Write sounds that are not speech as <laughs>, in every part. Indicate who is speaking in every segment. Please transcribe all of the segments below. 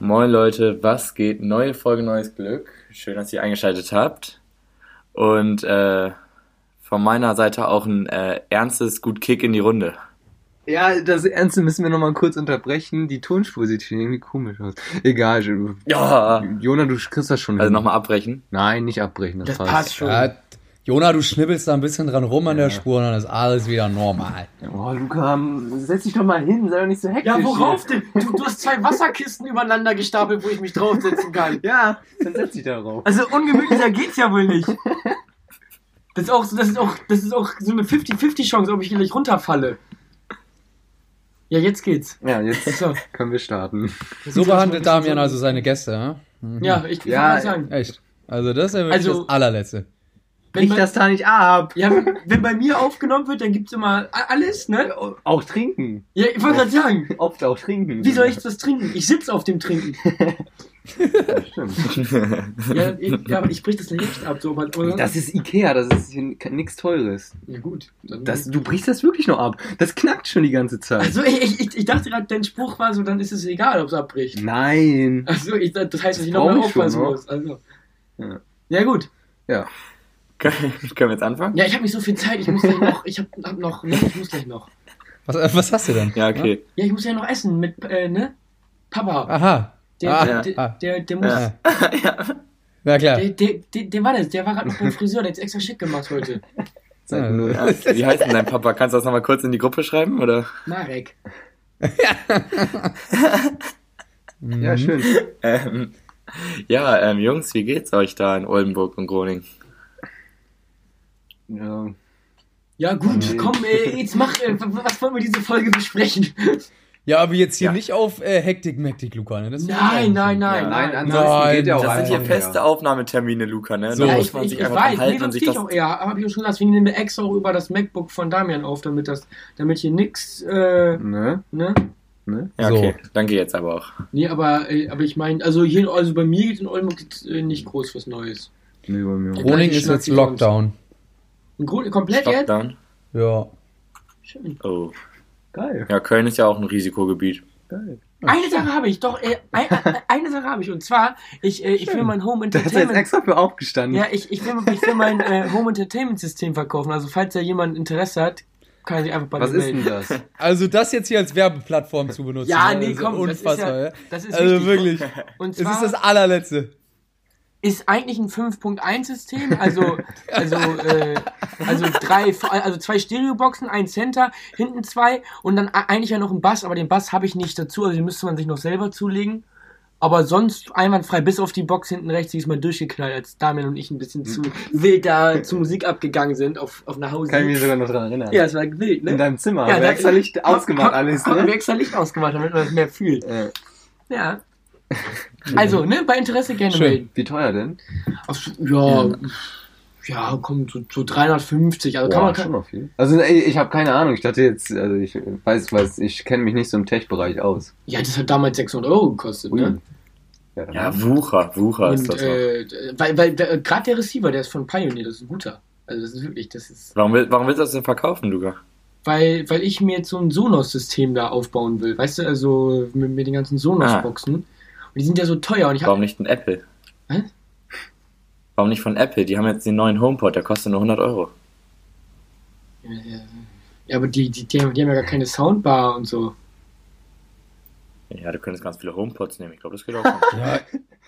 Speaker 1: Moin Leute, was geht? Neue Folge, neues Glück. Schön, dass ihr eingeschaltet habt. Und äh, von meiner Seite auch ein äh, ernstes Gut Kick in die Runde.
Speaker 2: Ja, das Ernste müssen wir nochmal kurz unterbrechen. Die Tonspur sieht schon irgendwie komisch aus. Egal, Jo-
Speaker 1: Ja.
Speaker 2: Jonah, du kriegst das schon
Speaker 1: Also
Speaker 2: hin.
Speaker 1: nochmal abbrechen. <laughs>
Speaker 2: Nein, nicht abbrechen, das,
Speaker 3: Das
Speaker 2: passt.
Speaker 3: passt schon.
Speaker 4: Ja, Jona, du schnibbelst da ein bisschen dran rum an der Spur und dann ist alles wieder normal.
Speaker 2: Oh, Luca, setz dich doch mal hin, sei doch nicht so hektisch.
Speaker 3: Ja, worauf denn? Du, du hast zwei Wasserkisten übereinander gestapelt, wo ich mich draufsetzen kann.
Speaker 2: Ja, dann setz dich darauf.
Speaker 3: Also ungemütlicher geht's ja wohl nicht. Das ist auch, so- das ist auch, das ist auch so eine 50-50 Chance, ob ich gleich runterfalle. Ja, jetzt geht's.
Speaker 2: Ja, jetzt
Speaker 3: So,
Speaker 2: können wir starten.
Speaker 4: So behandelt Damian also seine Gäste, ja? Mhm.
Speaker 3: ja, ich kann
Speaker 2: Ja,
Speaker 3: mal sagen.
Speaker 4: Echt. Also das ist ja wirklich
Speaker 3: Also-
Speaker 4: das allerletzte.
Speaker 3: Wenn, bei,
Speaker 2: da nicht ab.
Speaker 3: ja, wenn, wenn bei mir aufgenommen wird, dann gibt's immer a- alles, ne?
Speaker 2: Auch trinken.
Speaker 3: Ja, ich wollte gerade sagen.
Speaker 2: Oft auch trinken.
Speaker 3: Wie soll ich das trinken? Ich sitze auf dem Trinken. <laughs>
Speaker 2: Stimmt.
Speaker 3: Ja, ich, ja, aber ich brich das nicht ab, so. Aber, aber,
Speaker 2: Das ist Ikea, das ist hier nichts Teures.
Speaker 3: ja, gut. Dann-
Speaker 2: Das, du brichst das wirklich noch ab. Das knackt schon die ganze Zeit.
Speaker 3: Also ich, ich, ich- ich dachte gerade, dein Spruch war so, dann ist es egal, ob es abbricht.
Speaker 2: Nein.
Speaker 3: Also ich, das heißt, dass ich
Speaker 2: Mhm. Das
Speaker 3: nochmal
Speaker 2: brauch ich schon,
Speaker 3: aufpassen
Speaker 2: ne?
Speaker 3: muss. Also.
Speaker 2: Ja.
Speaker 3: Ja. gut.
Speaker 1: Können können wir jetzt anfangen?
Speaker 3: Ja, ich habe nicht so viel Zeit. Ich muss gleich noch. Ich hab, hab noch. Ne, ich muss gleich noch.
Speaker 4: Was, äh, was hast du denn?
Speaker 1: Ja, okay.
Speaker 3: Ja, ich muss ja noch essen mit äh, ne Papa.
Speaker 4: Aha.
Speaker 3: Der,
Speaker 4: ah,
Speaker 3: der,
Speaker 4: ah.
Speaker 3: der, der muss.
Speaker 4: Ja. Na klar.
Speaker 3: Der, der, der, der war das. Der war gerade noch beim Friseur. Der hat's extra schick gemacht heute.
Speaker 2: Seit
Speaker 3: Äh.
Speaker 4: Ja.
Speaker 2: null.
Speaker 1: Ja, wie heißt denn dein Papa? Kannst du das nochmal kurz in die Gruppe schreiben? Oder?
Speaker 3: Marek.
Speaker 4: Mhm.
Speaker 3: Mhm.
Speaker 2: Ja, schön.
Speaker 1: Ähm, ja, ähm, Jungs, wie geht's euch da in Oldenburg und Groningen?
Speaker 2: Ja.
Speaker 3: Ja gut,
Speaker 2: Nee.
Speaker 3: komm, äh, jetzt mach. Äh, was wollen wir diese Folge besprechen?
Speaker 4: Ja, aber jetzt hier
Speaker 1: Ja.
Speaker 4: nicht auf äh, Hektik, Mektik, Luca. Ne? Das
Speaker 3: Nein, nein,
Speaker 1: Ja,
Speaker 3: nein,
Speaker 2: Nein,
Speaker 3: nein.
Speaker 2: ansonsten
Speaker 4: Nein,
Speaker 2: geht ja auch
Speaker 1: Das sind
Speaker 2: einfach
Speaker 1: hier
Speaker 2: mehr.
Speaker 1: feste Aufnahmetermine, Luca, ne?
Speaker 4: So.
Speaker 1: Da
Speaker 3: Ja,
Speaker 1: muss
Speaker 3: ich,
Speaker 1: man
Speaker 3: ich,
Speaker 1: sich
Speaker 3: ich
Speaker 1: einfach
Speaker 3: weiß, nee,
Speaker 1: verhalten und
Speaker 3: sonst
Speaker 1: sich
Speaker 3: gehe ich
Speaker 1: das
Speaker 3: auch eher. Aber hab ich schon gesagt, wir nehmen extra auch über das MacBook von Damian auf, damit das, damit hier nix, äh,
Speaker 2: Ne?
Speaker 3: ne?
Speaker 2: Ne?
Speaker 1: Ja,
Speaker 4: So.
Speaker 1: okay. Dann geh jetzt aber auch.
Speaker 3: Nee, aber, äh, aber ich meine, also hier, also bei mir geht in Oldenburg jetzt, äh, nicht groß was Neues.
Speaker 2: Nee, bei mir. auch.
Speaker 3: Gleiche
Speaker 4: Groningen ist jetzt
Speaker 3: Schnack wie sonst.
Speaker 4: Lockdown.
Speaker 3: Im Grunde komplett jetzt?
Speaker 1: Lockdown.
Speaker 4: Ja.
Speaker 3: Schön.
Speaker 1: Oh.
Speaker 2: Geil,
Speaker 1: Ja, Köln ist ja auch ein Risikogebiet.
Speaker 2: geil.
Speaker 3: Eine Sache habe ich, doch, äh, ein, äh, eine Sache habe ich, und zwar, ich, äh, ich will mein Home
Speaker 2: Da ist er jetzt
Speaker 3: Entertainment.
Speaker 2: extra für aufgestanden.
Speaker 3: Ja, ich, ich will, ich will mein äh, Home Entertainment System verkaufen. Also falls da jemand Interesse hat, kann er sich einfach bei
Speaker 2: Was
Speaker 3: mir
Speaker 2: ist denn
Speaker 3: melden.
Speaker 2: <laughs> das?
Speaker 4: Also das jetzt hier als Werbeplattform zu benutzen.
Speaker 3: Ja,
Speaker 4: ne,
Speaker 3: nee,
Speaker 4: ist
Speaker 3: komm,
Speaker 4: Unfassbar, ja.
Speaker 3: das ist ja, das ist
Speaker 4: Also
Speaker 3: wichtig.
Speaker 4: wirklich.
Speaker 3: Und
Speaker 4: Es
Speaker 3: zwar,
Speaker 4: ist das allerletzte.
Speaker 3: ist eigentlich ein 5.1-System, also, also, äh, also drei, also zwei Stereoboxen, ein Center, hinten zwei und dann e- eigentlich ja noch ein Bass, aber den Bass habe ich nicht dazu, also den müsste man sich noch selber zulegen. Aber sonst einwandfrei, bis auf die Box hinten rechts, die ist mal durchgeknallt, als Damian und ich ein bisschen zu wild da zur Musik abgegangen sind, auf, auf nach Hause.
Speaker 2: Kann ich mich sogar noch dran erinnern.
Speaker 3: ja, es war wild, ne?
Speaker 2: In deinem Zimmer.
Speaker 3: Ja,
Speaker 2: Ja,
Speaker 3: da-
Speaker 2: extra Licht ausgemacht alles,
Speaker 3: Haben wir
Speaker 2: ne?
Speaker 3: extra Licht ausgemacht, damit man das mehr fühlt.
Speaker 2: Äh,
Speaker 3: Ja. Also, ne, bei Interesse gerne
Speaker 4: Schön.
Speaker 3: melden.
Speaker 2: wie teuer denn?
Speaker 3: Ach, so, ja, ja, komm, so, so 350. Also kann man kann,
Speaker 2: noch viel. Also ey, ich habe keine Ahnung. Ich dachte jetzt, also ich weiß, weiß ich kenne mich nicht so im Tech-Bereich aus.
Speaker 3: Ja, das hat damals 600 Euro gekostet,
Speaker 2: Ui.
Speaker 3: ne?
Speaker 2: Ja, dann
Speaker 1: Ja, Wucher, Wucher ist
Speaker 3: Und
Speaker 1: das noch.
Speaker 3: äh, weil, weil der- gerade der Receiver, der ist von Pioneer, das ist ein guter. Also das ist wirklich, das ist.
Speaker 1: Warum, will, warum willst du das denn verkaufen, Luca?
Speaker 3: Weil, weil ich mir jetzt so ein Sonos-System da aufbauen will, weißt du, also mit, mit den ganzen Sonos-Boxen. Und die sind ja so teuer und ich
Speaker 1: Warum
Speaker 3: habe
Speaker 1: nicht ein Apple?
Speaker 3: Hä?
Speaker 1: Warum nicht von Apple? Die haben jetzt den neuen HomePod, der kostet nur 100 Euro.
Speaker 3: Ja, aber die, die, die haben die haben ja gar keine Soundbar und so.
Speaker 1: Ja, du könntest ganz viele HomePods nehmen. Ich glaube, das geht auch. schon. <laughs>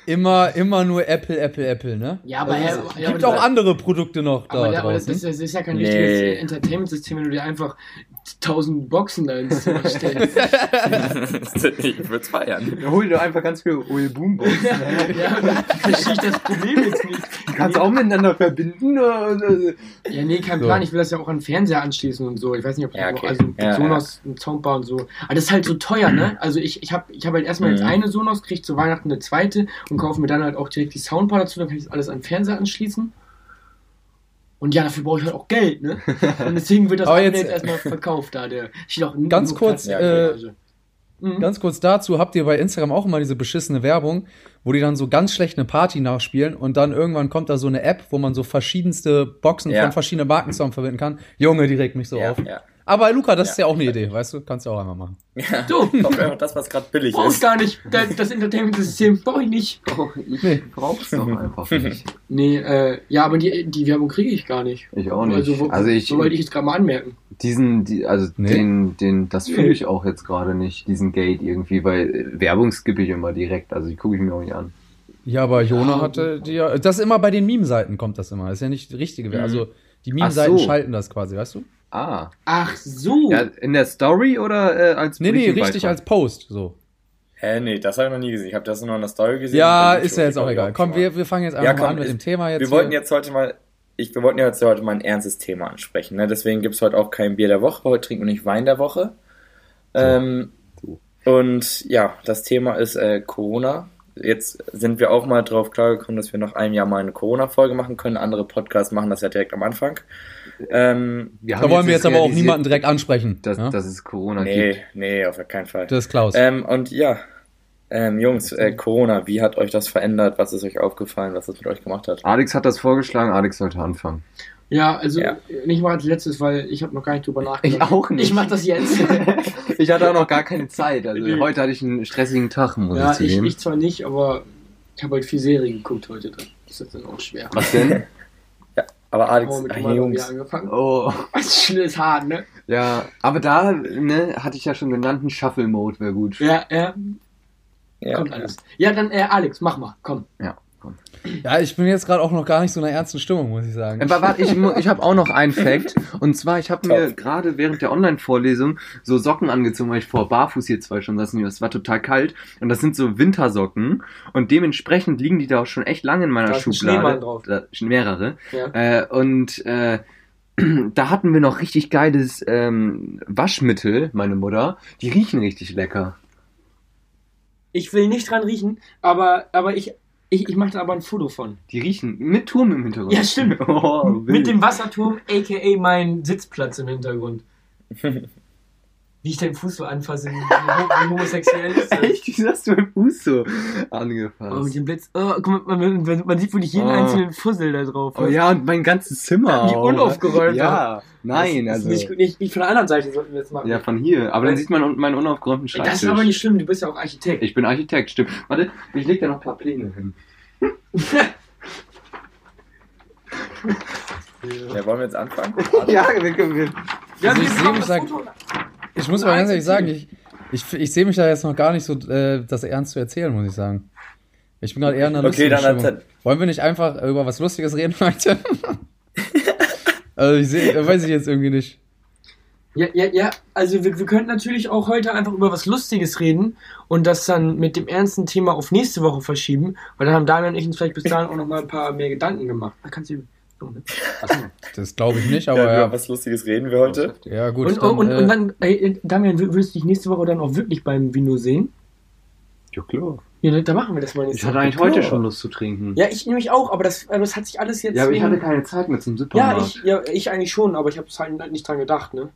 Speaker 4: Ja, immer, immer nur Apple, Apple, Apple, ne?
Speaker 3: Ja, aber-
Speaker 4: Also,
Speaker 3: ja, aber-
Speaker 4: es
Speaker 3: ja,
Speaker 4: gibt
Speaker 3: aber-
Speaker 4: auch andere Produkte noch da
Speaker 3: Aber, da, aber das,
Speaker 4: draußen.
Speaker 3: ist, das ist ja kein
Speaker 1: Nee.
Speaker 3: richtiges Entertainment-System, wenn du dir einfach 1000 Boxen da ins Zimmer stellst.
Speaker 1: ich würde es feiern.
Speaker 2: Ja, hol dir doch einfach ganz viel ne? Oil Boom Box.
Speaker 3: ja, ja, dann verstehe ich das Problem jetzt nicht.
Speaker 2: Kannst <laughs> du auch miteinander verbinden. äh,
Speaker 3: Ja, nee, kein
Speaker 4: So.
Speaker 3: Plan. Ich will das ja auch an den Fernseher anschließen und so. Ich weiß nicht, ob das
Speaker 1: Ja,
Speaker 3: auch-
Speaker 1: okay.
Speaker 3: also mit
Speaker 1: Ja,
Speaker 3: Sonos und Soundbar und so. Aber das ist halt so teuer, ne? Also ich, ich habe ich hab halt erstmal jetzt
Speaker 1: Mhm.
Speaker 3: eine Sonos, kriege zu Weihnachten eine zweite und kaufe mir dann halt auch direkt die Soundbar dazu, dann kann ich das alles an den Fernseher anschließen. Und ja, dafür brauche ich halt auch
Speaker 1: <laughs>
Speaker 3: Geld, ne? Und deswegen wird das
Speaker 4: Aber
Speaker 3: andere
Speaker 4: jetzt-
Speaker 3: jetzt erstmal verkauft da. Der steht auch
Speaker 4: Ganz kurz, äh,
Speaker 3: mhm.
Speaker 4: Ganz kurz dazu, habt ihr bei Instagram auch immer diese beschissene Werbung, wo die dann so ganz schlecht eine Party nachspielen und dann irgendwann kommt da so eine App, wo man so verschiedenste Boxen
Speaker 1: Ja.
Speaker 4: von verschiedenen Marken zusammen verwenden kann. Junge, die regt mich so auf.
Speaker 1: ja.
Speaker 4: Aber Luca, das ist ja auch eine Idee, weißt du? Kannst du auch einmal machen.
Speaker 1: Ja,
Speaker 3: So.
Speaker 1: Kauf einfach das, was gerade billig
Speaker 3: Brauch ich
Speaker 1: ist.
Speaker 3: gar nicht. Das, das Entertainment-System brauche ich nicht.
Speaker 2: Oh, ich
Speaker 4: Nee.
Speaker 2: brauch's <laughs> doch einfach nicht.
Speaker 3: Nee, äh, ja, aber die, die Werbung kriege ich gar nicht.
Speaker 2: Ich auch nicht.
Speaker 3: Also,
Speaker 2: Also,
Speaker 3: wo,
Speaker 2: ich,
Speaker 3: so wollte ich jetzt gerade mal anmerken.
Speaker 2: diesen, die, also
Speaker 4: Nee.
Speaker 2: den, den, das fühle ich auch jetzt gerade nicht, diesen Gate irgendwie, weil äh, Werbung skippe ich immer direkt, also die gucke ich mir auch nicht an.
Speaker 4: Ja, aber Jona
Speaker 3: Ja.
Speaker 4: hatte die ja. Das immer bei den Meme-Seiten kommt das immer. Das ist ja nicht die richtige Werbung.
Speaker 1: Mhm.
Speaker 4: Also die Meme-Seiten
Speaker 2: Ach so.
Speaker 4: schalten das quasi, weißt du?
Speaker 2: Ah.
Speaker 3: Ach so.
Speaker 2: Ja, in der Story oder äh, als
Speaker 4: Nee, nee,
Speaker 2: Briefing-
Speaker 4: richtig
Speaker 2: Beitrag?
Speaker 4: als Post. So.
Speaker 1: Hä, nee, das habe ich noch nie gesehen. Ich habe das nur in der Story gesehen.
Speaker 4: Ja,
Speaker 1: und bei
Speaker 4: ist
Speaker 1: YouTube,
Speaker 4: ja jetzt auch
Speaker 1: glaub ich,
Speaker 4: egal.
Speaker 1: schon
Speaker 4: Komm,
Speaker 1: mal.
Speaker 4: wir, wir fangen jetzt einfach
Speaker 1: Ja,
Speaker 4: mal
Speaker 1: komm,
Speaker 4: an mit
Speaker 1: ist-
Speaker 4: dem Thema jetzt.
Speaker 1: Wir wollten
Speaker 4: hier.
Speaker 1: jetzt heute mal, ich, wir wollten ja jetzt heute mal ein ernstes Thema ansprechen. Ne? Deswegen gibt's heute auch kein Bier der Woche. Heute trinken wir nicht Wein der Woche. Ähm,
Speaker 2: So.
Speaker 1: Und ja, das Thema ist äh, Corona. Jetzt sind wir auch mal drauf klargekommen, dass wir nach einem Jahr mal eine Corona-Folge machen können. Andere Podcasts machen das ja direkt am Anfang. Ähm,
Speaker 2: Wir
Speaker 4: Da
Speaker 2: haben
Speaker 4: wollen wir jetzt aber auch
Speaker 2: realisiert,
Speaker 4: niemanden direkt ansprechen.
Speaker 2: Dass,
Speaker 4: ja?
Speaker 2: dass es Corona gibt.
Speaker 1: nee, nee, auf keinen Fall.
Speaker 4: das ist Klaus.
Speaker 1: Ähm, und ja, ähm, Jungs, äh, Corona, wie hat euch das verändert? Was ist euch aufgefallen? Was das mit euch gemacht hat?
Speaker 2: Alex hat das vorgeschlagen, Alex sollte anfangen.
Speaker 3: Ja, also
Speaker 1: Ja.
Speaker 3: ich mache als letztes, weil ich habe noch gar nicht drüber nachgedacht.
Speaker 2: Ich auch nicht. Also
Speaker 3: Ich mache das
Speaker 2: <laughs>
Speaker 3: jetzt.
Speaker 2: <laughs> ich hatte auch noch gar keine Zeit. Also
Speaker 3: Nee.
Speaker 2: heute hatte ich einen stressigen Tag, muss ich
Speaker 3: <laughs> ja, ich,
Speaker 2: zugeben.
Speaker 3: ich zwar nicht, aber ich habe halt viel Serie geguckt heute. Das ist dann auch schwer.
Speaker 2: Was denn?
Speaker 1: Aber Alex,
Speaker 3: Haben wir mit
Speaker 1: ey,
Speaker 3: Tomorrow wieder
Speaker 1: Jungs,
Speaker 3: angefangen.
Speaker 2: <laughs> Oh.
Speaker 3: Das ist schnell ist hart, ne?
Speaker 2: Ja, aber da, ne, hatte ich ja schon genannt, ein Shuffle-Mode wäre gut.
Speaker 3: Ja, ja,
Speaker 1: ja.
Speaker 3: kommt alles. Ja, dann äh, Alex, mach mal, komm.
Speaker 2: Ja, komm.
Speaker 4: ja, ich bin jetzt gerade auch noch gar nicht so in einer ernsten Stimmung, muss ich sagen.
Speaker 1: Äh,
Speaker 2: Aber Äh, warte, ich, mu- ich habe auch noch einen Fact. Und zwar, ich habe mir gerade während der Online-Vorlesung so Socken angezogen, weil ich vor barfuß hier zwei Stunden saß. und Es war total kalt. Und das sind so Wintersocken. Und dementsprechend liegen die da auch schon echt lange in meiner
Speaker 3: Da ist ein
Speaker 2: Schublade.
Speaker 3: Schneemann drauf.
Speaker 2: Da, schon mehrere.
Speaker 3: Ja.
Speaker 2: Äh, und äh, <clears throat> da hatten wir noch richtig geiles ähm, Waschmittel, meine Mutter. Die riechen richtig lecker.
Speaker 3: Ich will nicht dran riechen, aber, aber ich, ich, ich mache da aber ein Foto von.
Speaker 2: Die riechen mit Turm im Hintergrund.
Speaker 3: Ja, stimmt.
Speaker 2: <laughs> Oh, wild.
Speaker 3: Mit dem Wasserturm, a.k.a. mein Sitzplatz im Hintergrund. Wie ich den Fuß so anfasse, wie, wie homosexuell ist das?
Speaker 2: <laughs> Echt? Wieso hast du meinen Fuß so
Speaker 3: Oh, mit
Speaker 2: angefasst?
Speaker 3: dem Blitz. Oh, guck mal, man, man, man sieht wirklich jeden
Speaker 2: Oh.
Speaker 3: einzelnen Fussel da drauf.
Speaker 2: Oh ja, und mein ganzes Zimmer.
Speaker 3: Wie
Speaker 2: auch.
Speaker 3: unaufgeräumt
Speaker 2: Ja, nein,
Speaker 3: das
Speaker 2: also.
Speaker 3: ist nicht, gut. nicht, nicht von der anderen Seite sollten wir das machen.
Speaker 2: Ja, von hier. Aber dann sieht man un- meinen unaufgeräumten
Speaker 3: Ey,
Speaker 2: Schreibtisch.
Speaker 3: das ist aber nicht schlimm, du bist ja auch Architekt.
Speaker 2: Ich bin Architekt, stimmt. Warte, ich leg da noch ein paar Pläne hin.
Speaker 1: Ja, wollen wir jetzt anfangen?
Speaker 2: <laughs> Ja, wir können. wir-
Speaker 3: ja,
Speaker 4: Also
Speaker 3: wir
Speaker 4: ich sehe,
Speaker 3: machen
Speaker 4: ich
Speaker 3: das
Speaker 4: sag-
Speaker 3: Foto.
Speaker 4: ich muss mal ganz ehrlich sagen, ich, ich, ich sehe mich da jetzt noch gar nicht so äh, das ernst zu erzählen, muss ich sagen. Ich bin gerade eher in einer
Speaker 1: Okay,
Speaker 4: lustigen
Speaker 1: dann hat-
Speaker 4: Stimmung. Wollen wir nicht einfach über was Lustiges reden,
Speaker 1: <laughs>
Speaker 4: Leute? also ich sehe, weiß ich jetzt irgendwie nicht.
Speaker 3: Ja, ja, ja. Also wir, wir könnten natürlich auch heute einfach über was Lustiges reden und das dann mit dem ernsten Thema auf nächste Woche verschieben, weil dann haben Damian und ich uns vielleicht bis dahin auch nochmal ein paar mehr Gedanken gemacht. Da kannst du.
Speaker 4: Das glaube ich nicht,
Speaker 1: Ja,
Speaker 4: aber
Speaker 1: über
Speaker 4: ja.
Speaker 1: was Lustiges reden wir heute.
Speaker 4: Ja, gut.
Speaker 3: und, oh,
Speaker 4: dann,
Speaker 3: und,
Speaker 4: äh,
Speaker 3: und dann, ey, Damian, wür- würdest du dich nächste Woche dann auch wirklich beim Vino sehen?
Speaker 2: Ja, klar.
Speaker 3: Ja, dann- dann machen wir das mal nächste
Speaker 2: Ich hatte eigentlich
Speaker 3: Klar.
Speaker 2: heute schon Lust zu trinken.
Speaker 3: Ja, ich nämlich auch, aber das, aber das hat sich alles jetzt.
Speaker 2: Ja, aber ich
Speaker 3: wegen-
Speaker 2: hatte keine Zeit mehr zum
Speaker 3: ja,
Speaker 2: Supermarkt.
Speaker 3: ich, ja, ich eigentlich schon, aber ich habe es halt nicht dran gedacht,
Speaker 2: <laughs>
Speaker 3: ne?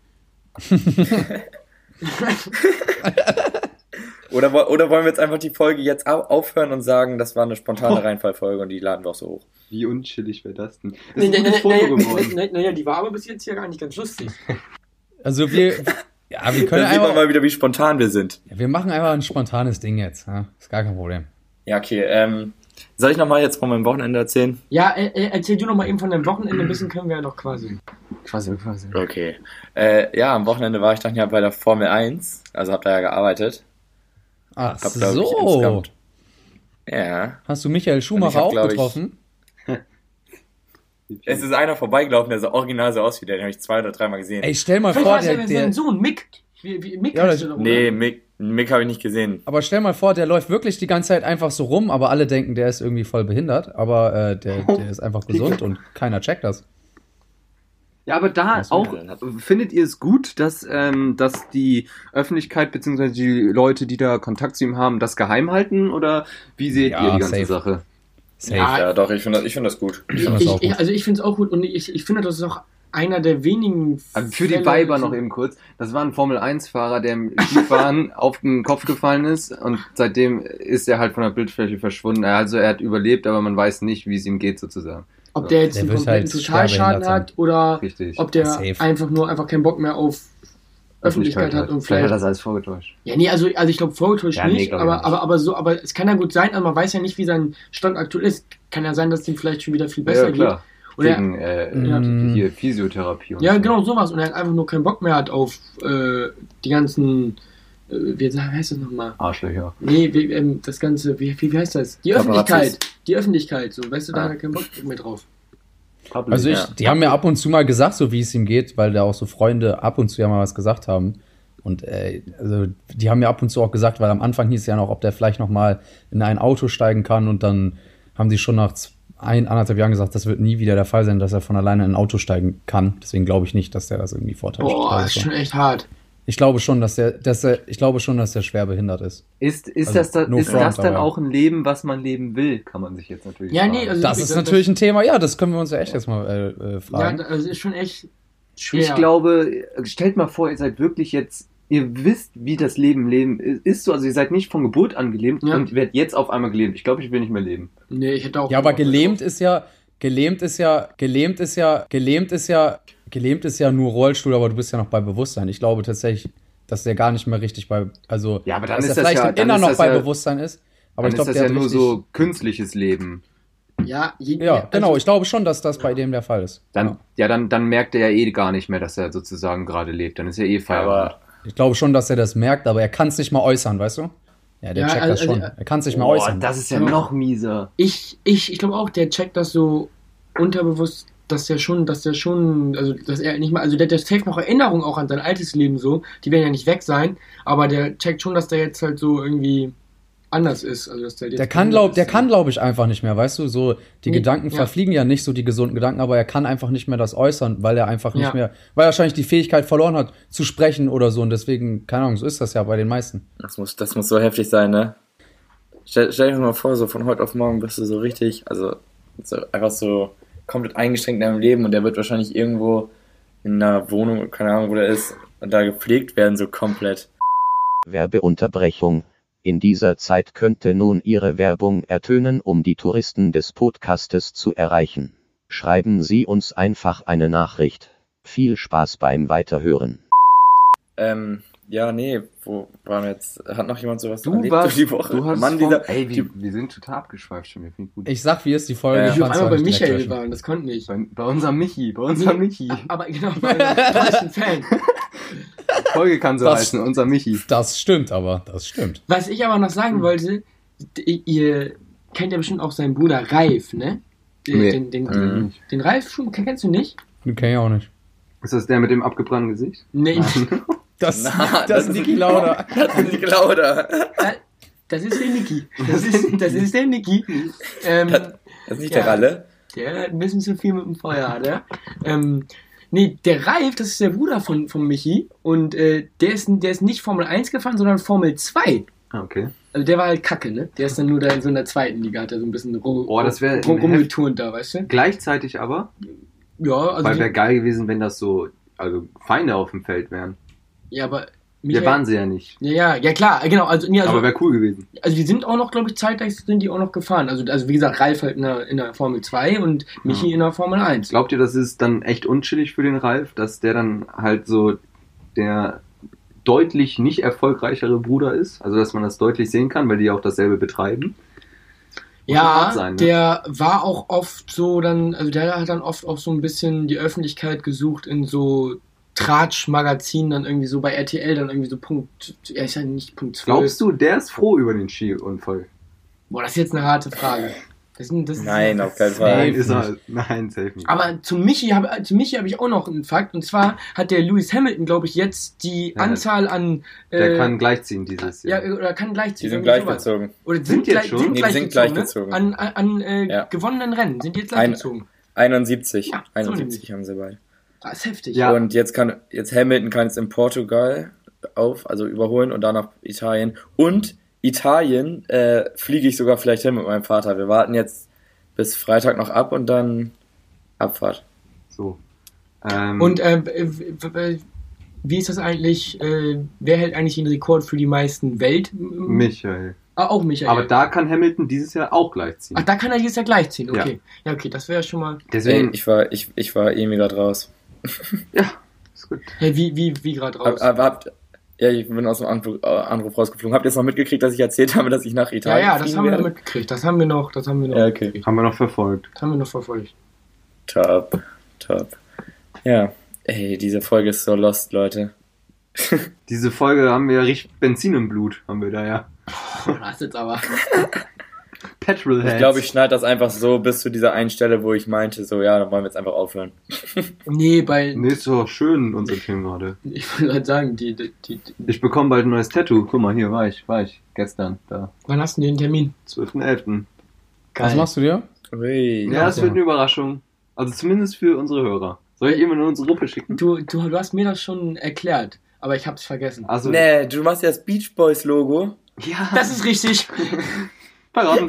Speaker 1: Oder, wo- oder wollen wir jetzt einfach die Folge jetzt au- aufhören und sagen, das war eine
Speaker 4: Oh.
Speaker 1: spontane Reinfallfolge und die laden wir auch so hoch.
Speaker 2: Wie unchillig wäre das denn? Das
Speaker 3: <laughs> Naja,
Speaker 2: ist ein gutes Foto geworden.
Speaker 3: die war aber bis jetzt ja gar nicht ganz lustig.
Speaker 4: also
Speaker 1: <laughs>
Speaker 4: wir. Ja, wir können
Speaker 1: Dann sieht man
Speaker 4: einfach.
Speaker 1: mal wieder, wie spontan wir sind.
Speaker 4: Wir machen einfach ein spontanes Ding jetzt. Ja? Ist gar kein Problem.
Speaker 1: Ja, okay. Ähm, soll ich nochmal jetzt von meinem Wochenende erzählen?
Speaker 3: Ja, äh, äh, erzähl du noch mal eben von deinem Wochenende, ein bisschen können wir ja noch
Speaker 4: Mhm.
Speaker 3: quasi.
Speaker 2: Quasi, quasi.
Speaker 1: Okay. Äh, ja, am Wochenende war ich dann ja bei der Formel 1, also hab da ja gearbeitet.
Speaker 4: Ach
Speaker 1: Hab, glaub ich,
Speaker 4: so.
Speaker 1: insgesamt- Ja.
Speaker 4: Hast du Michael
Speaker 1: Und ich hab,
Speaker 4: Schumacher auch
Speaker 1: glaub ich-
Speaker 4: getroffen?
Speaker 1: Es ist einer vorbeigelaufen, der so original so aussieht, den habe ich zwei oder dreimal gesehen.
Speaker 4: Ey, stell mal
Speaker 3: Vielleicht
Speaker 4: vor,
Speaker 3: war es ja
Speaker 4: der, der,
Speaker 3: sein Sohn, Mick. Wie, wie, Mick
Speaker 4: Ja,
Speaker 3: heißt
Speaker 4: das-
Speaker 3: der doch,
Speaker 1: nee,
Speaker 3: oder?
Speaker 1: Mick, Mick habe ich nicht gesehen.
Speaker 4: aber stell mal vor, der läuft wirklich die ganze Zeit einfach so rum, aber alle denken, der ist irgendwie voll behindert, aber
Speaker 1: <laughs>
Speaker 4: äh, der, der ist einfach gesund und keiner checkt das.
Speaker 2: Ja, aber da
Speaker 1: Was
Speaker 2: auch,
Speaker 1: mir denn hat-
Speaker 2: findet ihr es gut, dass, ähm, dass die Öffentlichkeit bzw. die Leute, die da Kontakt zu ihm haben, das geheim halten? Oder wie seht
Speaker 4: Ja,
Speaker 2: ihr die ganze
Speaker 4: safe.
Speaker 2: Sache?
Speaker 4: Safe.
Speaker 3: Ja,
Speaker 1: Ja, doch, ich finde das, ich find das gut.
Speaker 4: das
Speaker 3: ich,
Speaker 4: auch
Speaker 3: ich,
Speaker 4: gut.
Speaker 3: also ich finde es auch gut und ich, ich finde, das ist auch einer der wenigen.
Speaker 2: Aber Äh, für die
Speaker 3: Fälle-
Speaker 2: Weiber noch eben kurz. Das war ein Formel-1-Fahrer, der im
Speaker 4: <laughs>
Speaker 2: Skifahren auf den Kopf gefallen ist und seitdem ist er halt von der Bildfläche verschwunden. Also er hat überlebt, aber man weiß nicht, wie es ihm geht sozusagen.
Speaker 3: Ob der jetzt
Speaker 4: Der
Speaker 3: einen
Speaker 4: wird
Speaker 3: kompletten
Speaker 4: halt
Speaker 3: Totalschaden
Speaker 4: schwerbehindert
Speaker 3: hat oder
Speaker 2: Richtig.
Speaker 3: ob der
Speaker 4: Safe.
Speaker 3: einfach nur einfach keinen Bock mehr auf Öffentlichkeit hat und
Speaker 2: halt. Vielleicht hat das
Speaker 3: vielleicht.
Speaker 2: alles vorgetäuscht.
Speaker 3: Ja, nee, also, also ich glaube vorgetäuscht
Speaker 2: Ja, nee,
Speaker 3: nicht,
Speaker 2: glaub ich
Speaker 3: aber,
Speaker 2: nicht.
Speaker 3: aber, aber so, aber es kann ja gut sein, aber man weiß ja nicht, wie sein Stand aktuell ist. Kann ja sein, dass dem vielleicht schon wieder viel besser
Speaker 2: ja, klar.
Speaker 3: geht. Oder
Speaker 2: Wegen äh,
Speaker 4: Ja.
Speaker 2: hier Physiotherapie und
Speaker 3: Ja,
Speaker 2: so.
Speaker 3: genau sowas. Und er hat einfach nur keinen Bock mehr hat auf äh, die ganzen, äh, wie wie heißt das nochmal?
Speaker 2: Arschlöcher.
Speaker 3: Nee, wie, ähm, das Ganze, wie, wie, wie heißt das? Die
Speaker 1: Paparazzis.
Speaker 3: Öffentlichkeit. Die Öffentlichkeit, so, weißt du, da
Speaker 2: Ah.
Speaker 3: hat er keinen Bock mehr drauf.
Speaker 2: Public.
Speaker 4: Also ich,
Speaker 1: Ja.
Speaker 4: die haben mir ab und zu mal gesagt, so wie es ihm geht, weil da auch so Freunde ab und zu ja mal was gesagt haben. Und äh, also die haben mir ab und zu auch gesagt, weil am Anfang hieß es ja noch, ob der vielleicht noch mal in ein Auto steigen kann. Und dann haben die schon nach z- ein, anderthalb Jahren gesagt, das wird nie wieder der Fall sein, dass er von alleine in ein Auto steigen kann. Deswegen glaube ich nicht, dass der das irgendwie vortäuscht.
Speaker 3: Boah,
Speaker 4: Also
Speaker 3: das ist schon echt hart.
Speaker 4: Ich glaube schon, dass der, dass er, ich glaube schon, dass der schwer behindert ist.
Speaker 2: Ist, ist,
Speaker 4: Also,
Speaker 2: das, da,
Speaker 4: no
Speaker 2: ist
Speaker 4: front,
Speaker 2: das dann
Speaker 4: aber-
Speaker 2: auch ein Leben, was man leben will, kann man sich jetzt natürlich
Speaker 3: Ja,
Speaker 2: fragen.
Speaker 3: nee, also
Speaker 4: Das
Speaker 3: wie
Speaker 4: ist
Speaker 3: gesagt,
Speaker 4: natürlich ein Thema. Ja, das können wir uns ja echt jetzt mal äh, äh,
Speaker 3: Ja,
Speaker 4: fragen.
Speaker 3: das ist schon echt schwer.
Speaker 2: ich glaube, stellt mal vor, ihr seid wirklich jetzt, ihr wisst, wie das Leben leben i- ist so, also ihr seid nicht von Geburt an gelähmt
Speaker 3: Ja.
Speaker 2: und werdet jetzt auf einmal gelähmt. Ich glaube, ich will nicht mehr leben.
Speaker 3: Nee, ich hätte auch.
Speaker 4: Ja, aber gelähmt ist ja, gelähmt ist ja, gelähmt ist ja, gelähmt ist ja, gelähmt ist ja nur Rollstuhl, aber du bist ja noch bei Bewusstsein. Ich glaube tatsächlich, dass der gar nicht mehr richtig bei, also,
Speaker 2: Ja, aber dann
Speaker 4: dass
Speaker 2: ist
Speaker 4: er
Speaker 2: das
Speaker 4: vielleicht
Speaker 2: ja-
Speaker 4: im
Speaker 2: dann
Speaker 4: Inneren
Speaker 2: ist
Speaker 4: noch
Speaker 2: das
Speaker 4: bei
Speaker 2: ja-
Speaker 4: Bewusstsein ist. Aber
Speaker 2: Aber
Speaker 4: ich
Speaker 2: dann
Speaker 4: glaube,
Speaker 2: ist
Speaker 4: der
Speaker 2: das ja
Speaker 4: hat
Speaker 2: nur
Speaker 4: richtig,
Speaker 2: so künstliches Leben.
Speaker 3: Ja, je,
Speaker 4: Ja,
Speaker 3: also-
Speaker 4: genau. Ich glaube schon, dass das bei dem der Fall ist.
Speaker 2: Dann,
Speaker 4: Ja.
Speaker 2: ja, dann, dann merkt er ja eh gar nicht mehr, dass er sozusagen gerade lebt. Dann ist ja eh Feierabend.
Speaker 1: Aber
Speaker 4: Ich glaube schon, dass er das merkt, aber er kann es nicht mal äußern, weißt du? Ja, der
Speaker 3: Ja,
Speaker 4: checkt das
Speaker 3: also-
Speaker 4: schon. Er kann es nicht mal
Speaker 2: äh, Boah,
Speaker 4: äußern.
Speaker 2: das ist ja noch mieser.
Speaker 3: ich, ich, ich glaube auch, der checkt das so unterbewusst, dass der schon, dass der schon, also dass er nicht mal, also der, der safe noch Erinnerungen auch an sein altes Leben so, die werden ja nicht weg sein, aber der checkt schon, dass der jetzt halt so irgendwie anders ist. Also dass der, jetzt
Speaker 4: Der kann,
Speaker 3: anders
Speaker 4: glaub, der
Speaker 3: ist.
Speaker 4: kann, glaube ich, einfach nicht mehr, weißt du, so, die
Speaker 3: Nee,
Speaker 4: Gedanken
Speaker 3: ja.
Speaker 4: verfliegen ja nicht so die gesunden Gedanken, aber er kann einfach nicht mehr das äußern, weil er einfach nicht
Speaker 3: Ja.
Speaker 4: mehr, weil er wahrscheinlich die Fähigkeit verloren hat, zu sprechen oder so und deswegen, keine Ahnung, so ist das ja bei den meisten.
Speaker 1: das muss, das muss so heftig sein, ne? Stell, stell dir mal vor, so von heute auf morgen bist du so richtig, also so, einfach so komplett eingeschränkt in deinem Leben und der wird wahrscheinlich irgendwo in einer Wohnung, keine Ahnung, wo der ist, und da gepflegt werden, so komplett.
Speaker 5: Werbeunterbrechung. In dieser Zeit könnte nun Ihre Werbung ertönen, um die Touristen des Podcastes zu erreichen. Schreiben Sie uns einfach eine Nachricht. Viel Spaß beim Weiterhören.
Speaker 1: Ähm, ja, nee, wo waren wir jetzt? Hat noch jemand sowas
Speaker 2: Du
Speaker 1: erlebt
Speaker 2: warst,
Speaker 1: durch die Woche?
Speaker 2: du hast
Speaker 1: Mann,
Speaker 2: von,
Speaker 1: dieser,
Speaker 2: ey, wir,
Speaker 1: die-
Speaker 2: wir sind total abgeschweift schon, wir finden gut.
Speaker 4: Ich sag, wie ist die
Speaker 1: Ja.
Speaker 4: Folge?
Speaker 3: Ich auf
Speaker 4: fand's
Speaker 3: einmal
Speaker 4: auch
Speaker 3: bei
Speaker 4: nicht
Speaker 3: Michael
Speaker 4: wegwischen.
Speaker 3: waren, das konnte nicht.
Speaker 2: bei, bei unserem Michi, bei unserem
Speaker 3: Nee.
Speaker 2: Michi.
Speaker 3: Aber genau, bei einem deutschen Fan.
Speaker 2: Die Folge kann so
Speaker 4: Das-
Speaker 2: heißen, unser Michi.
Speaker 4: Das stimmt aber, das stimmt.
Speaker 3: Was ich aber noch
Speaker 4: Hm.
Speaker 3: sagen wollte, d- ihr kennt ja bestimmt auch seinen Bruder Ralf, ne? Den,
Speaker 2: Nee.
Speaker 3: den, den,
Speaker 1: Mhm.
Speaker 3: den Ralf schon, kennst du nicht?
Speaker 4: Den kenn ich auch nicht.
Speaker 2: Ist das der mit dem abgebrannten Gesicht?
Speaker 3: Nee,
Speaker 4: Das,
Speaker 1: Na,
Speaker 4: <laughs> das, ist Niki Lauda.
Speaker 1: das sind die Glauder.
Speaker 3: Das ist der
Speaker 2: <laughs>
Speaker 3: Niki. Das ist, das ist der Niki. Ähm,
Speaker 1: Das ist nicht
Speaker 3: Ja.
Speaker 1: der Ralle.
Speaker 3: der hat ein bisschen zu viel mit dem Feuer, hat er. Ähm, nee, der Ralf, das ist der Bruder von, von Michi. Und äh, der, ist, der ist nicht Formel 1 gefahren, sondern Formel 2.
Speaker 2: Ah, okay.
Speaker 3: Also der war halt kacke, ne? Der ist dann nur da in so einer zweiten Liga, hat er so ein bisschen rum,
Speaker 2: Oh, das wär-
Speaker 3: rum, rumgeturnt da, weißt du?
Speaker 2: Gleichzeitig aber,
Speaker 3: Ja, also
Speaker 2: weil wäre
Speaker 3: die,
Speaker 2: geil gewesen, wenn das so also Feinde auf dem Feld wären.
Speaker 3: ja, aber
Speaker 2: Wir
Speaker 3: Michael-
Speaker 2: waren sie ja nicht.
Speaker 3: ja, ja, ja, klar, genau. Also, nee, also,
Speaker 2: aber wäre cool gewesen.
Speaker 3: also die sind auch noch, glaube ich, zeitgleich sind die auch noch gefahren. Also, also wie gesagt, Ralf halt in der, in der Formel 2 und Michi in der Formel 1.
Speaker 2: Glaubt ihr, das ist dann echt unschillig für den Ralf, dass der dann halt so der deutlich nicht erfolgreichere Bruder ist? Also, dass man das deutlich sehen kann, weil die ja auch dasselbe betreiben. Muss schon
Speaker 3: Ja,
Speaker 2: hart sein, ne?
Speaker 3: der war auch oft so dann, also der hat dann oft auch so ein bisschen die Öffentlichkeit gesucht in so Tratsch-Magazinen, dann irgendwie so bei RTL, dann irgendwie so Punkt, ja, ist ja nicht Punkt 12.
Speaker 2: Glaubst du, der ist froh über den Skiunfall?
Speaker 3: Boah, das ist jetzt eine harte Frage. Das, ist- das ist-
Speaker 1: Nein, auf keinen
Speaker 4: Nein.
Speaker 1: Fall.
Speaker 2: ist er. Nein, safe nicht.
Speaker 3: Aber zu Michi habe zu Michi hab ich auch noch einen Fakt, und zwar hat der Lewis Hamilton, glaube ich, jetzt die
Speaker 2: Ja,
Speaker 3: Anzahl an.
Speaker 2: der
Speaker 3: äh,
Speaker 2: kann gleichziehen dieses
Speaker 3: ja,
Speaker 2: Jahr.
Speaker 3: oder kann
Speaker 1: Die
Speaker 3: gleichziehen.
Speaker 1: sind
Speaker 3: irgendwie
Speaker 1: gleich
Speaker 3: sowas.
Speaker 1: gezogen.
Speaker 3: Oder sind,
Speaker 2: Sind jetzt
Speaker 3: gleich,
Speaker 2: schon?
Speaker 3: sind
Speaker 1: Nee, die
Speaker 3: gleich
Speaker 1: sind
Speaker 3: gezogen,
Speaker 1: gleich
Speaker 3: ne?
Speaker 1: gezogen.
Speaker 3: An, an, an äh,
Speaker 1: Ja.
Speaker 3: gewonnenen Rennen sind die jetzt gleich
Speaker 1: Ein-
Speaker 3: gezogen.
Speaker 1: 71.
Speaker 3: Ja, so
Speaker 1: 71 haben sie bei.
Speaker 3: Das ist heftig.
Speaker 2: Ja.
Speaker 1: Und jetzt kann jetzt Hamilton kann jetzt in Portugal auf, also überholen und danach Italien. Und Italien äh, fliege ich sogar vielleicht hin mit meinem Vater. Wir warten jetzt bis Freitag noch ab und dann Abfahrt.
Speaker 2: So. Ähm,
Speaker 3: Und äh, w- w- wie ist das eigentlich? Äh, wer hält eigentlich den Rekord für die meisten Welt?
Speaker 2: Michael.
Speaker 3: Ah, auch Michael.
Speaker 2: Aber da kann Hamilton dieses Jahr auch gleich ziehen.
Speaker 3: Ach, da kann er dieses Jahr gleich ziehen. Okay. Ja, okay, das wäre schon mal.
Speaker 1: Ey,
Speaker 2: Deswegen,
Speaker 1: ich war, ich, ich war eh mega draus.
Speaker 2: ja, ist gut.
Speaker 3: Hey, wie, wie, wie gerade raus.
Speaker 1: Hab, hab, habt, ja, ich bin aus dem Anruf, äh, Anruf rausgeflogen. Habt ihr jetzt noch mitgekriegt, dass ich erzählt habe, dass ich nach
Speaker 3: ja,
Speaker 1: Italien
Speaker 3: ja, das
Speaker 1: fliegen
Speaker 3: haben wir noch
Speaker 1: werde?
Speaker 3: mitgekriegt. Das haben wir noch, das haben wir noch
Speaker 1: Ja, okay.
Speaker 3: mitgekriegt.
Speaker 2: Haben wir noch verfolgt.
Speaker 3: Das haben wir noch verfolgt.
Speaker 1: Top, top. Ja, ey, diese Folge ist so lost, Leute.
Speaker 2: Diese Folge haben wir richtig Benzin im Blut, haben wir da ja.
Speaker 3: Boah, das ist jetzt aber.
Speaker 2: Petrolheads.
Speaker 1: Ich glaube, ich schneide das einfach so bis zu dieser einen Stelle, wo ich meinte, so, ja, dann wollen wir jetzt einfach aufhören.
Speaker 3: Nee, weil.
Speaker 2: Nee, ist doch schön, unser Team gerade.
Speaker 3: Ich wollte gerade sagen, die, die, die, die.
Speaker 2: Ich bekomme bald ein neues Tattoo. Guck mal, hier war ich, war ich. Gestern, da.
Speaker 3: Wann hast du denn den Termin?
Speaker 2: 12.11.
Speaker 4: Was machst du dir?
Speaker 1: Ui.
Speaker 2: Ja, es wird eine Überraschung. Also zumindest für unsere Hörer. Soll ich immer nur unsere Gruppe schicken?
Speaker 3: Du, du, du hast mir das schon erklärt, aber ich hab's vergessen.
Speaker 2: Also,
Speaker 1: Nee, du machst ja das Beach Boys Logo.
Speaker 2: ja.
Speaker 3: Das ist <laughs> richtig.
Speaker 2: Verraten.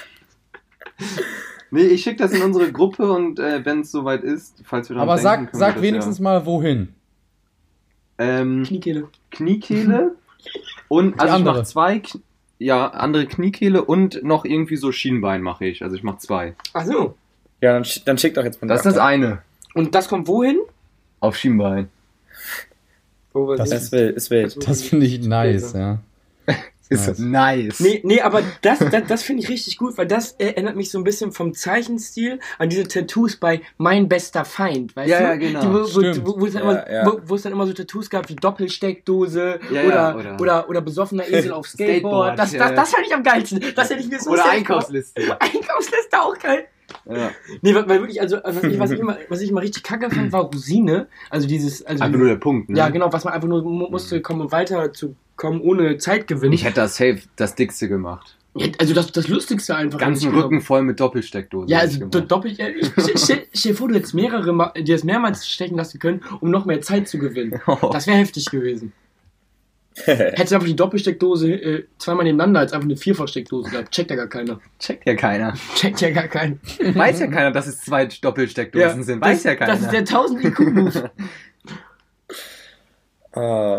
Speaker 2: <laughs> nee, ich schicke das in unsere Gruppe und äh, wenn es soweit ist, falls wir dann
Speaker 4: Aber sag, sag wenigstens
Speaker 2: Ja.
Speaker 4: mal wohin.
Speaker 2: Ähm,
Speaker 3: Kniekehle.
Speaker 2: Kniekehle und also ich
Speaker 4: andere.
Speaker 2: mache zwei Kn ja, andere Kniekehle und noch irgendwie so Schienbein mache ich. Also ich mache zwei.
Speaker 3: Ach so.
Speaker 1: Ja, dann, sch- dann schick doch jetzt mal
Speaker 2: Das ist das eine.
Speaker 3: Und das kommt wohin?
Speaker 2: Auf Schienbein.
Speaker 3: Wo wir
Speaker 4: Das
Speaker 3: sind.
Speaker 1: Es ist wild, ist wild.
Speaker 4: Das finde ich nice, ja.
Speaker 2: Ist nice.
Speaker 3: Nee, nee, aber das, das, das finde ich richtig gut, weil das erinnert mich so ein bisschen vom Zeichenstil an diese Tattoos bei Mein bester Feind, weißt
Speaker 2: Ja,
Speaker 3: du?
Speaker 2: ja, genau.
Speaker 3: Die, wo,
Speaker 4: Stimmt.
Speaker 3: wo, wo, es dann
Speaker 1: Ja,
Speaker 3: immer,
Speaker 1: ja.
Speaker 3: Wo, wo es dann immer so Tattoos gab wie Doppelsteckdose
Speaker 2: Ja, ja,
Speaker 3: oder,
Speaker 2: oder-
Speaker 3: oder. Oder,
Speaker 2: <laughs>
Speaker 3: besoffener Esel auf
Speaker 2: Skateboard,
Speaker 3: Skateboard. das,
Speaker 2: ja,
Speaker 3: das,
Speaker 2: ja.
Speaker 3: das fand ich am geilsten. Das hätte ich mir so
Speaker 2: Oder
Speaker 3: safe
Speaker 2: Einkaufsliste.
Speaker 3: vor- Einkaufsliste auch geil.
Speaker 2: ja.
Speaker 3: Nee, weil, weil wirklich, also was ich, was, ich immer, was ich immer richtig kacke fand, war Rosine. Also dieses, also
Speaker 2: Einfach nur der Punkt, ne? Mhm.
Speaker 3: ja genau, was man einfach nur mu- musste kommen, um weiterzukommen, ohne Zeitgewinn.
Speaker 2: Ich hätte das safe das dickste gemacht.
Speaker 3: Ja, also das, das Lustigste einfach.
Speaker 2: Ganzen
Speaker 3: hab ich
Speaker 2: Rücken
Speaker 3: genommen.
Speaker 2: voll mit Doppelsteckdosen.
Speaker 3: Ja,
Speaker 2: hab ich
Speaker 3: also do-
Speaker 2: gemacht.
Speaker 3: doppelt. ja, ich- Stell
Speaker 2: <laughs>
Speaker 3: stell- stell dir vor, du hättest mehrere, Ma- dir das mehrmals stechen lassen können, um noch mehr Zeit zu
Speaker 2: <laughs>
Speaker 3: gewinnen.
Speaker 2: Oh.
Speaker 3: Das wäre heftig gewesen. Hättest du einfach die Doppelsteckdose äh, zweimal nebeneinander als einfach eine Vierfachsteckdose gehabt. Checkt ja gar keiner.
Speaker 2: Checkt ja
Speaker 3: <laughs>
Speaker 2: keiner.
Speaker 3: Checkt ja gar keiner.
Speaker 2: Weiß ja keiner, dass es zwei Doppelsteckdosen sind. Weiß
Speaker 3: das,
Speaker 2: ja keiner.
Speaker 3: Das ist der 1000 IQ-Move.
Speaker 1: Ah.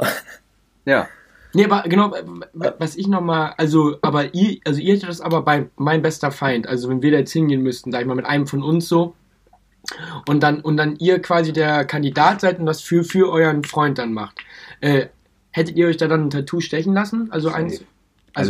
Speaker 2: ja.
Speaker 3: Nee, aber genau, w- w- was ich nochmal, also, aber ihr, also ihr hättet das aber bei mein bester Feind, also wenn wir da jetzt hingehen müssten, sag ich mal, mit einem von uns so, und dann, und dann ihr quasi der Kandidat seid und das für, für euren Freund dann macht, äh, hättet ihr euch da dann ein Tattoo stechen lassen? Also eins.
Speaker 2: Also,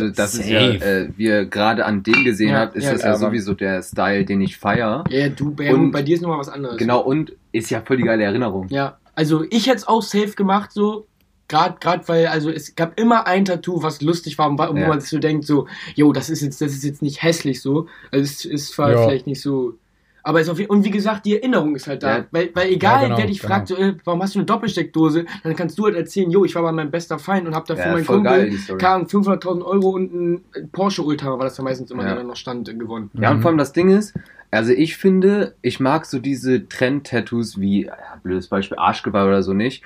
Speaker 3: Also,
Speaker 2: das ist
Speaker 4: safe.
Speaker 2: ja, äh, wie ihr gerade an dem gesehen
Speaker 3: Ja,
Speaker 2: habt, ist
Speaker 3: ja,
Speaker 2: das ja,
Speaker 1: ja, Mann.
Speaker 2: sowieso der Style, den ich feier.
Speaker 3: ja, ja, du, ja,
Speaker 2: Und-
Speaker 3: gut, bei dir ist nochmal was anderes.
Speaker 2: Genau, und ist ja voll die geile Erinnerung.
Speaker 3: Ja, also ich hätte es auch safe gemacht, so. Gerade, grad, weil, also es gab immer ein Tattoo, was lustig war, und wa- wo
Speaker 2: Ja.
Speaker 3: man sich so denkt, so, jo, das ist jetzt, das ist jetzt nicht hässlich so. Also es ist zwar
Speaker 4: Ja.
Speaker 3: vielleicht nicht so. Aber es ist auf jeden Und wie gesagt, die Erinnerung ist halt da.
Speaker 2: Ja.
Speaker 3: Weil, weil egal,
Speaker 4: Ja, genau,
Speaker 3: wer dich
Speaker 4: genau.
Speaker 3: fragt, so, äh, warum hast du eine Doppelsteckdose, dann kannst du halt erzählen, jo, ich war bei meinem bester Feind und hab dafür
Speaker 2: Ja,
Speaker 3: meinen
Speaker 2: voll geil, die
Speaker 3: Kumpel,
Speaker 2: Story.
Speaker 3: keine Ahnung, 500.000 Euro und ein Porsche Ultra, war das ja meistens immer,
Speaker 2: Ja.
Speaker 3: der dann noch stand, äh, gewonnen.
Speaker 2: Ja, und vor allem das Ding ist, also ich finde, ich mag so diese Trend-Tattoos wie, ja, blödes Beispiel, Arschgeweih oder so nicht.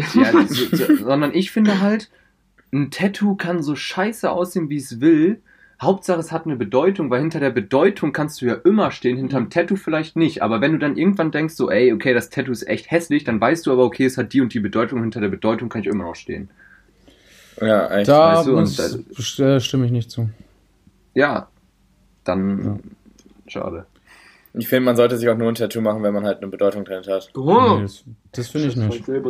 Speaker 2: Ja,
Speaker 3: <laughs>
Speaker 2: so, so, sondern ich finde halt, ein Tattoo kann so scheiße aussehen, wie es will. Hauptsache, es hat eine Bedeutung, weil hinter der Bedeutung kannst du ja immer stehen, hinterm Tattoo vielleicht nicht. Aber wenn du dann irgendwann denkst, so, ey, okay, das Tattoo ist echt hässlich, dann weißt du aber, okay, es hat die und die Bedeutung, hinter der Bedeutung kann ich immer noch stehen.
Speaker 1: Ja, echt.
Speaker 4: Da
Speaker 2: weißt du,
Speaker 4: muss,
Speaker 2: und
Speaker 4: äh, stimme ich nicht zu.
Speaker 2: Ja, dann schade.
Speaker 1: Ich finde, man sollte sich auch nur ein Tattoo machen, wenn man halt eine Bedeutung drin hat.
Speaker 3: Oh.
Speaker 2: Mhm.
Speaker 4: Nee, das das finde ich nicht. Find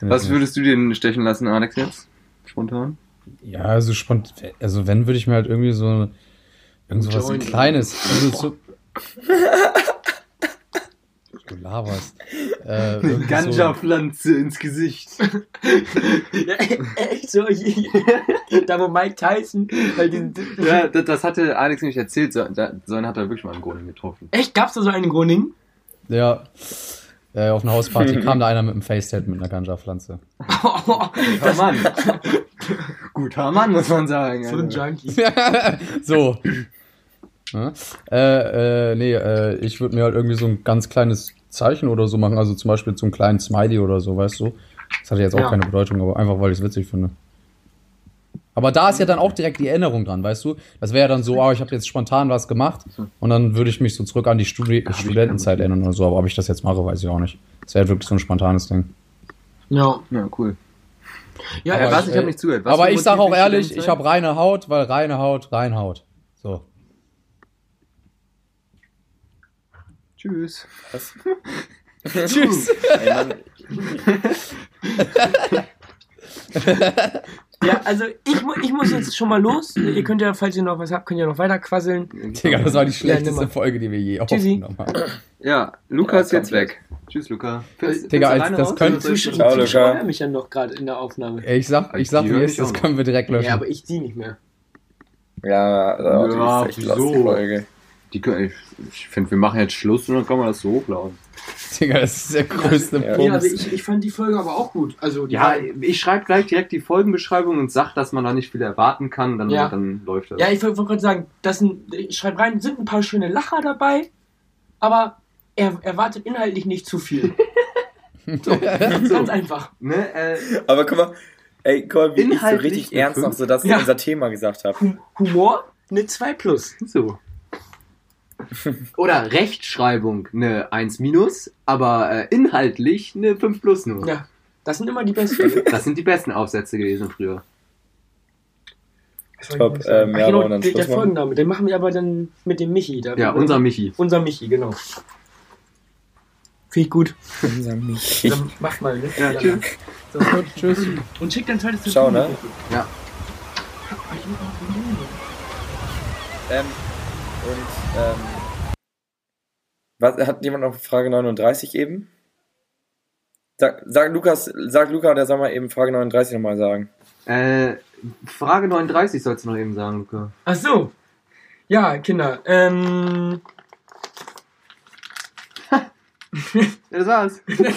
Speaker 2: Was
Speaker 4: ich nicht.
Speaker 2: würdest du dir denn stechen lassen, Alex, jetzt? Spontan?
Speaker 4: Ja, also spontan. Also, wenn, würde ich mir halt irgendwie so. Irgend sowas ein
Speaker 3: Joint.
Speaker 4: kleines. Also so, <laughs> du laberst. Äh, irgendwie
Speaker 2: Ganja-Pflanze ins Gesicht.
Speaker 3: Ja, echt so, <laughs> da wo Mike Tyson, weil die,
Speaker 2: Ja, das, das hatte Alex nämlich erzählt, so, da, so einen hat er wirklich mal im Groningen getroffen.
Speaker 3: echt gab's da so einen Hm? in Groningen?
Speaker 4: So, ja. Äh, auf einer Hausparty kam da einer mit einem Facetat mit einer Ganja-Pflanze.
Speaker 2: Guter <laughs> Mann. Guter Mann, muss man sagen. also.
Speaker 3: so ein Junkie.
Speaker 4: so. Ja. Äh, äh, nee, äh, ich würde mir halt irgendwie so ein ganz kleines Zeichen oder so machen, also zum Beispiel so einen kleinen Smiley oder so, weißt du? Das hatte jetzt auch
Speaker 3: Ja.
Speaker 4: keine Bedeutung, aber einfach, weil ich es witzig finde. Aber da ist ja dann auch direkt die Erinnerung dran, weißt du? Das wäre ja dann so, ah, ich habe jetzt spontan was gemacht und dann würde ich mich so zurück an die Studi Studentenzeit erinnern oder so, aber ob halt ich das jetzt mache, weiß ich auch nicht. Das wäre wirklich so ein spontanes Ding.
Speaker 3: Ja,
Speaker 2: Ja, cool.
Speaker 3: Ja,
Speaker 2: Äh,
Speaker 4: Aber
Speaker 2: was?
Speaker 4: ich-
Speaker 2: Ich habe nicht zugehört. Was
Speaker 4: aber
Speaker 2: für
Speaker 4: ich sage auch
Speaker 2: Motiv
Speaker 4: ehrlich,
Speaker 2: die ganze
Speaker 4: ich habe
Speaker 2: Zeit?
Speaker 4: reine Haut, weil reine Haut, Reinhaut. So.
Speaker 2: Tschüss.
Speaker 4: Tschüss.
Speaker 1: Ey, Mann,
Speaker 3: <laughs> Ja, also ich, mu ich muss jetzt schon mal los. Ihr könnt ja, falls ihr noch was habt, könnt ihr noch weiter quasseln.
Speaker 4: Digga, das war die schlechteste
Speaker 3: nimmer.
Speaker 4: Folge, die wir je
Speaker 3: Tschüssi.
Speaker 4: aufgenommen haben.
Speaker 2: Ja, Luca
Speaker 1: Ja,
Speaker 2: ist jetzt
Speaker 1: komplett.
Speaker 2: weg. Tschüss, Luca.
Speaker 4: Digga, als- das könnte-
Speaker 3: Zwischen
Speaker 1: Ciao, Luca.
Speaker 3: höre mich ja noch gerade in der Aufnahme.
Speaker 4: Ey, Ich sag, ich sag
Speaker 2: Die
Speaker 4: wie
Speaker 2: hören
Speaker 4: es ist,
Speaker 2: mich auch
Speaker 4: das
Speaker 2: noch.
Speaker 4: können wir direkt löschen.
Speaker 3: Ja, aber ich die nicht mehr.
Speaker 1: ja, also,
Speaker 2: Ja,
Speaker 1: die ist echt lost, die
Speaker 2: wieso?
Speaker 1: Folge.
Speaker 2: Die, können- ich ich finde, wir machen jetzt Schluss und dann kann man das so hochladen.
Speaker 4: Digga, das ist der größte
Speaker 1: Ja,
Speaker 4: Punkt.
Speaker 3: ich fand die Folge aber auch gut. Also die
Speaker 2: Ja,
Speaker 3: war-
Speaker 2: ich schreibe gleich direkt die Folgenbeschreibung und sag, dass man da nicht viel erwarten kann, dann,
Speaker 3: Ja.
Speaker 2: dann läuft das.
Speaker 3: Ja, ich wollte gerade sagen, das sind, ich schreibe rein, sind ein paar schöne Lacher dabei, aber er erwartet inhaltlich nicht zu viel.
Speaker 1: <laughs>
Speaker 2: <laughs>
Speaker 3: Ganz einfach.
Speaker 2: Ne, äh,
Speaker 1: Aber guck mal, ey, guck mal, wie ich so
Speaker 2: Inhaltlich
Speaker 1: richtig
Speaker 2: eine
Speaker 1: ernst noch
Speaker 2: Fünf.
Speaker 1: so das
Speaker 3: Ja.
Speaker 1: unser Thema gesagt habe.
Speaker 3: Hum Humor, eine 2 plus.
Speaker 2: so. Oder Rechtschreibung eine 1 minus, aber äh, inhaltlich eine 5 plus nur.
Speaker 3: Ja, das sind immer die besten.
Speaker 2: Das sind die besten Aufsätze gewesen früher.
Speaker 3: <laughs>
Speaker 1: Top, ähm,
Speaker 3: Ach,
Speaker 1: ja,
Speaker 3: genau,
Speaker 1: wollen wir dann
Speaker 3: der, der
Speaker 1: Schluss machen?
Speaker 3: Folgenname, den machen wir aber dann mit dem Michi. Da
Speaker 2: Ja, unser Michi.
Speaker 3: unser Michi, genau. Finde ich gut. Dann mach mal, ne?
Speaker 2: Ja, tschüss.
Speaker 3: So.
Speaker 4: Tschüss.
Speaker 3: Und schick dein zweites
Speaker 1: Ciao, ne?
Speaker 2: Ja.
Speaker 1: Ähm, und, ähm, was, hat jemand noch Frage 39 eben? Sag, sag Lukas, sag Luca, der soll mal eben Frage 39 nochmal sagen.
Speaker 2: Äh, Frage 39 sollst du noch eben sagen, Luca.
Speaker 3: Ach so. Ja, Kinder. Ähm,
Speaker 2: Ja, das war's. Ähm.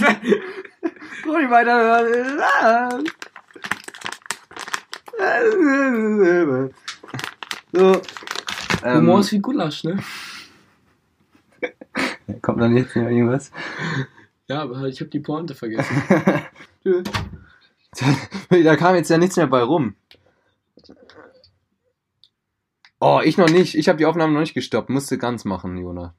Speaker 2: Brauch nicht weiter. <laughs> So. Ähm,
Speaker 3: <laughs> Humor ist wie Gulasch, ne?
Speaker 2: kommt dann jetzt noch irgendwas?
Speaker 3: Ja, aber ich habe die Pointe vergessen.
Speaker 2: Tschö. da kam jetzt ja nichts mehr bei rum. Oh, ich noch nicht. Ich habe die Aufnahme noch nicht gestoppt. Musste ganz machen, Jona.